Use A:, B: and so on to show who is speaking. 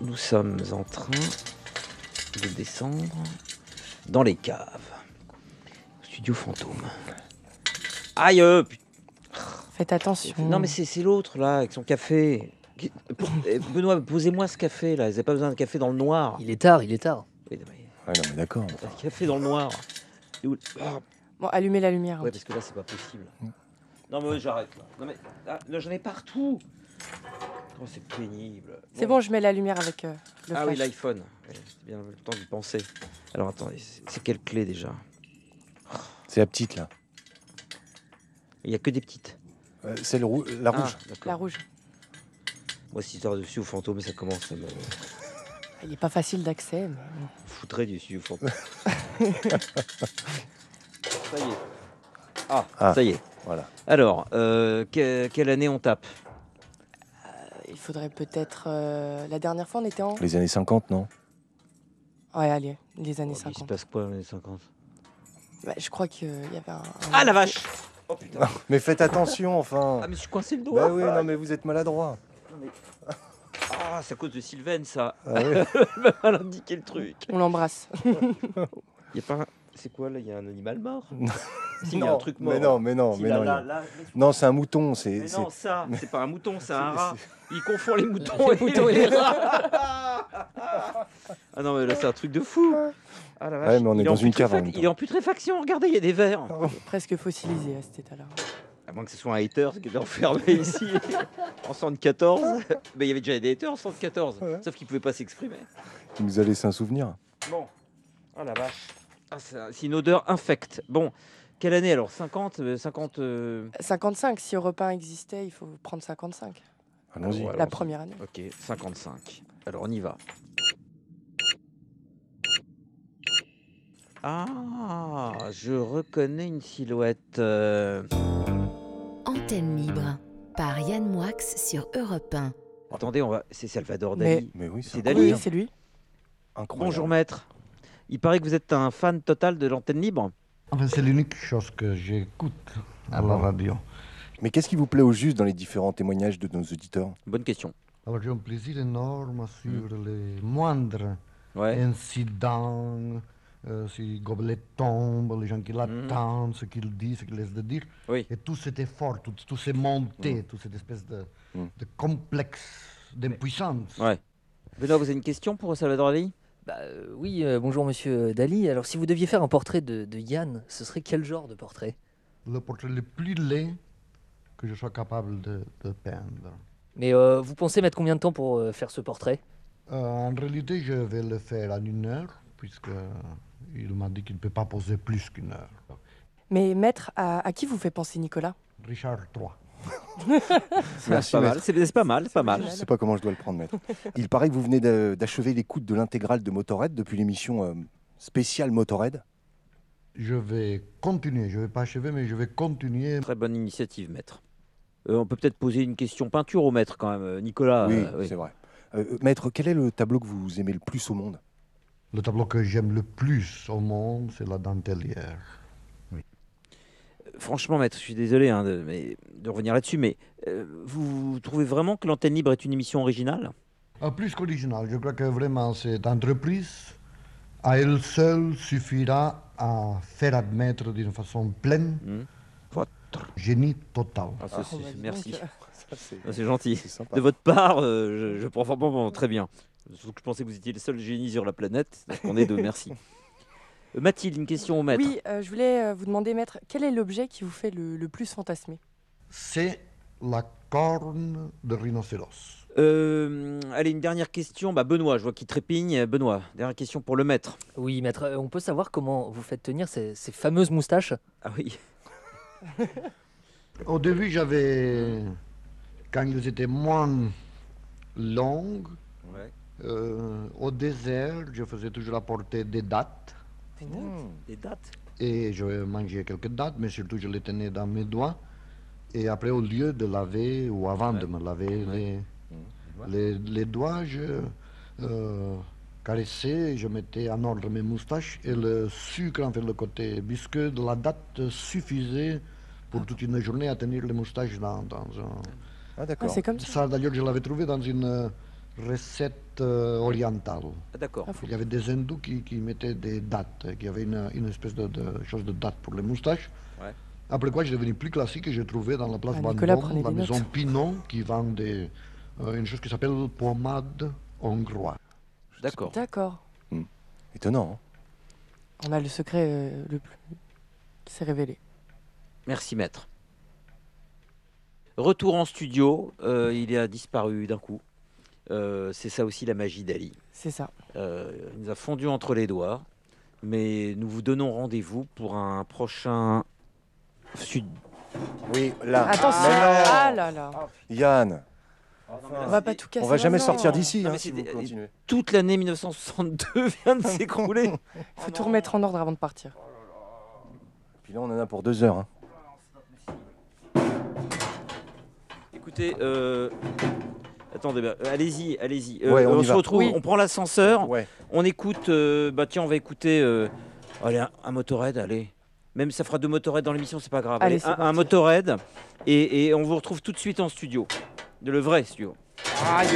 A: Nous sommes en train de descendre dans les caves. Studio fantôme. Aïe euh, put-
B: Faites attention.
A: Non mais c'est c'est l'autre là, avec son café. Qui- Pour- eh, Benoît, posez-moi ce café là, vous n'avez pas besoin de café dans le noir.
C: Il est tard, il est tard.
A: Oui, non, mais
D: Ouais, Ah, non, mais d'accord.
A: Un café dans le noir. Et où- Ah,
B: Bon, allumez la lumière. hein.
A: ouais, parce que là c'est pas possible. Non mais j'arrête là. Non mais ah, là, j'en ai partout. Oh, c'est pénible.
B: C'est bon, je mets la lumière avec euh, le
A: Ah
B: flash.
A: oui, l'iPhone. Ouais, C'est bien le temps d'y penser. Alors attendez, c'est c'est quelle clé déjà
D: C'est la petite, là.
A: Il n'y a que des petites.
D: Euh, C'est le rou- la
A: Ah,
D: rouge.
A: d'accord.
B: La rouge.
A: Moi, cette histoire de studio fantôme, ça commence à me
B: Il est pas facile d'accès. mais-
A: foutrait du studio fantôme. ça y est. Ah,
D: Ah.
A: ça y est.
D: Voilà.
A: Alors, euh, que- quelle année on tape
B: Il faudrait peut-être. euh, La dernière fois, on était en.
D: Les années 50, non
B: Ouais, allez, les années
A: Oh, Il se
B: 50.
A: passe quoi dans les années 50
B: Bah, je crois qu'il y avait un. un-
A: Ah la vache Oh putain
D: Mais faites attention, enfin
A: Ah mais je suis coincé le doigt
D: Bah oui, non, mais vous êtes maladroit.
A: Ah, c'est à cause de Sylvain ça
D: Ah oui.
A: Elle a indiqué le truc
B: On l'embrasse.
A: Il y a pas un- C'est quoi là Il y a un animal mort
D: Non.
A: Si, il y a un truc mort.
D: Mais non, mais non,
A: Si,
D: mais
A: là,
D: non.
A: là,
D: il y a-
A: là,
D: Non, c'est un mouton, c'est.
A: Mais
D: c'est-
A: non, ça, c'est pas un mouton, c'est un
D: c'est-
A: rat. Il confond les moutons et les rats. ah non, mais là, c'est un truc de fou. Ah, la vache.
D: Ouais, mais on est
A: Il
D: dans
A: en
D: une cave en
A: putréfac-
D: même temps.
A: Il est en putréfaction, regardez, il y a des verres.
B: Presque fossilisé à cet état-là.
A: À moins que ce soit un hater qui est enfermé ici en 114. Mais il y avait déjà des haters en 114,
D: Ouais.
A: sauf qu'ils pouvaient pas s'exprimer.
D: Il nous a laissé un souvenir.
A: Bon. Ah la vache. Ah, c'est c'est une odeur infecte. Bon. Quelle année alors 50 euh, 50 euh,
B: 55, si Europain existait, il faut prendre 55.
D: Allons-y.
A: Ouais.
B: La
A: Alors,
B: première année.
A: Ok, 55. Alors on y va. Ah, je reconnais une silhouette. euh.
E: Antenne libre par Yann Moix sur Europe 1.
A: Attendez, on va. C'est Salvador
B: Mais-
A: Dali.
D: Mais oui, c'est
A: C'est
D: incroyable.
A: Dali.
B: Oui, c'est lui.
D: Incroyable.
A: Bonjour maître. Il paraît que vous êtes un fan total de l'antenne libre.
F: Enfin, c'est l'unique chose que j'écoute à la radio.
D: Mais qu'est-ce qui vous plaît au juste dans les différents témoignages de nos auditeurs
A: Bonne question.
F: Alors, j'ai un plaisir énorme sur les moindres
D: Euh.
A: Ouais.
F: incidents, euh, si gobelet tombe, les gens qui l'attendent, ce qu'il dit, ce qu'il laisse de dire.
A: Oui.
F: Et tout cet effort, tout, tout ces montées, toute cette espèce de,
D: Mm.
F: de complexe d'impuissance.
A: Ouais. Benoît, vous avez une question pour Salvador Dali
C: Bah, euh, oui, euh, bonjour monsieur euh, Dali. Alors si vous deviez faire un portrait de, de Yann, ce serait quel genre de portrait
F: Le portrait le plus laid que je sois capable de, de peindre.
C: Mais euh, vous pensez mettre combien de temps pour euh, faire ce portrait
F: Euh, en réalité, je vais le faire en une heure, puisque euh, il m'a dit qu'il ne peut pas poser plus qu'une heure.
B: Mais maître, à, à qui vous fait penser Nicolas
F: Richard III.
D: Merci,
A: C'est pas mal.
D: maître.
A: C'est c'est pas mal, c'est pas mal.
D: Je sais pas comment je dois le prendre, maître. Il paraît que vous venez d'a- d'achever l'écoute de l'intégrale de Motorhead depuis l'émission euh, spéciale Motorhead.
F: Je vais continuer, je ne vais pas achever, mais je vais continuer.
A: Très bonne initiative, maître. Euh, on peut peut-être poser une question peinture au maître quand même, euh, Nicolas.
D: oui,
A: euh, oui.
D: c'est vrai. Euh, maître, quel est le tableau que vous aimez le plus au monde
F: Le tableau que j'aime le plus au monde, c'est la dentellière.
A: Franchement, maître, je suis désolé hein, de, mais- de revenir là-dessus, mais euh, vous, vous trouvez vraiment que l'antenne libre est une émission originale
F: Ah, plus qu'original, je crois que vraiment cette entreprise, à elle seule, suffira à faire admettre d'une façon pleine
A: Hmm.
F: génie total.
A: Ah, ça, c'est-
B: bah, dis
A: Merci,
B: donc.
D: Ça, c'est
A: Ah, c'est gentil.
D: c'est sympa.
A: De votre part, euh, je, je prends vraiment très bien. Surtout que je pensais que vous étiez le seul génie sur la planète. Donc on est deux, merci. Euh, Mathilde, une question au maître.
B: Oui, euh, je voulais euh, vous demander, maître, quel est l'objet qui vous fait le, le plus fantasmer
F: C'est la corne de rhinocéros.
A: Euh, allez, une dernière question. Bah, Benoît, je vois qu'il trépigne. Benoît, dernière question pour le maître.
C: Oui, maître, euh, on peut savoir comment vous faites tenir ces, ces fameuses moustaches
A: Ah oui,
F: Au début, j'avais, quand ils étaient moins longs,
A: Ouais.
F: euh, au désert, je faisais toujours apporter des dates
D: Hmm.
A: les dates.
F: et je mangeais quelques dates, mais surtout je les tenais dans mes doigts. Et après, au lieu de laver ou avant de me laver les, les, les doigts, je euh, caressais, je mettais en ordre mes moustaches et le sucre, en fait, le côté biscuit de la date suffisait pour toute une journée à tenir les moustaches dans, dans un.
D: Ah,
B: Ah,
D: d'accord.
B: C'est comme ça.
F: Ça, d'ailleurs, je l'avais trouvé dans une euh, recette euh, orientale.
A: Ah, D'accord.
B: Ah, fou.
F: Il y avait des hindous qui, qui mettaient des dates, hein, qui avaient une, une espèce de, de chose de date pour les moustaches.
A: Ouais.
F: Après quoi, j'ai devenu plus classique et j'ai trouvé dans la place
B: Ah, Nicolas,
F: Vendôme,
B: prenez
F: la
B: des
F: maison
B: notes.
F: Pinon, qui vend des, euh, une chose qui s'appelle pommade hongroise.
A: D'accord.
B: D'accord.
D: Étonnant. hein.
B: On a le secret euh, le plus. qui s'est révélé.
A: Merci, maître. Retour en studio, euh, il a disparu d'un coup. Euh, c'est ça aussi la magie d'Ali.
B: C'est ça.
A: Euh, il nous a fondu entre les doigts, mais nous vous donnons rendez-vous pour un prochain sud.
D: Oui, là.
B: Attention Ah là Ah, là
D: Yann,
B: On va pas tout casser.
D: on va jamais
B: maintenant.
D: sortir d'ici
A: Non,
D: hein,
A: mais
D: si
A: c'est
D: vous
A: des-
D: continuez.
A: Toute l'année 1962 vient de s'écrouler.
B: Il faut tout remettre en ordre avant de partir.
D: Puis là, on en a pour deux heures. hein.
A: Écoutez, euh, attendez, bah, euh, allez-y, allez-y. Euh,
D: Ouais, on y
A: se
D: va.
A: retrouve,
B: Oui.
A: on prend l'ascenseur,
D: Ouais.
A: on écoute. euh, bah tiens, on va écouter. euh, allez, un, un Motorhead, allez. Même ça fera deux Motorhead dans l'émission, c'est pas grave.
B: Allez, c'est
A: un, un
B: parti.
A: Motorhead, et, et on vous retrouve tout de suite en studio, de le vrai studio. Aïe.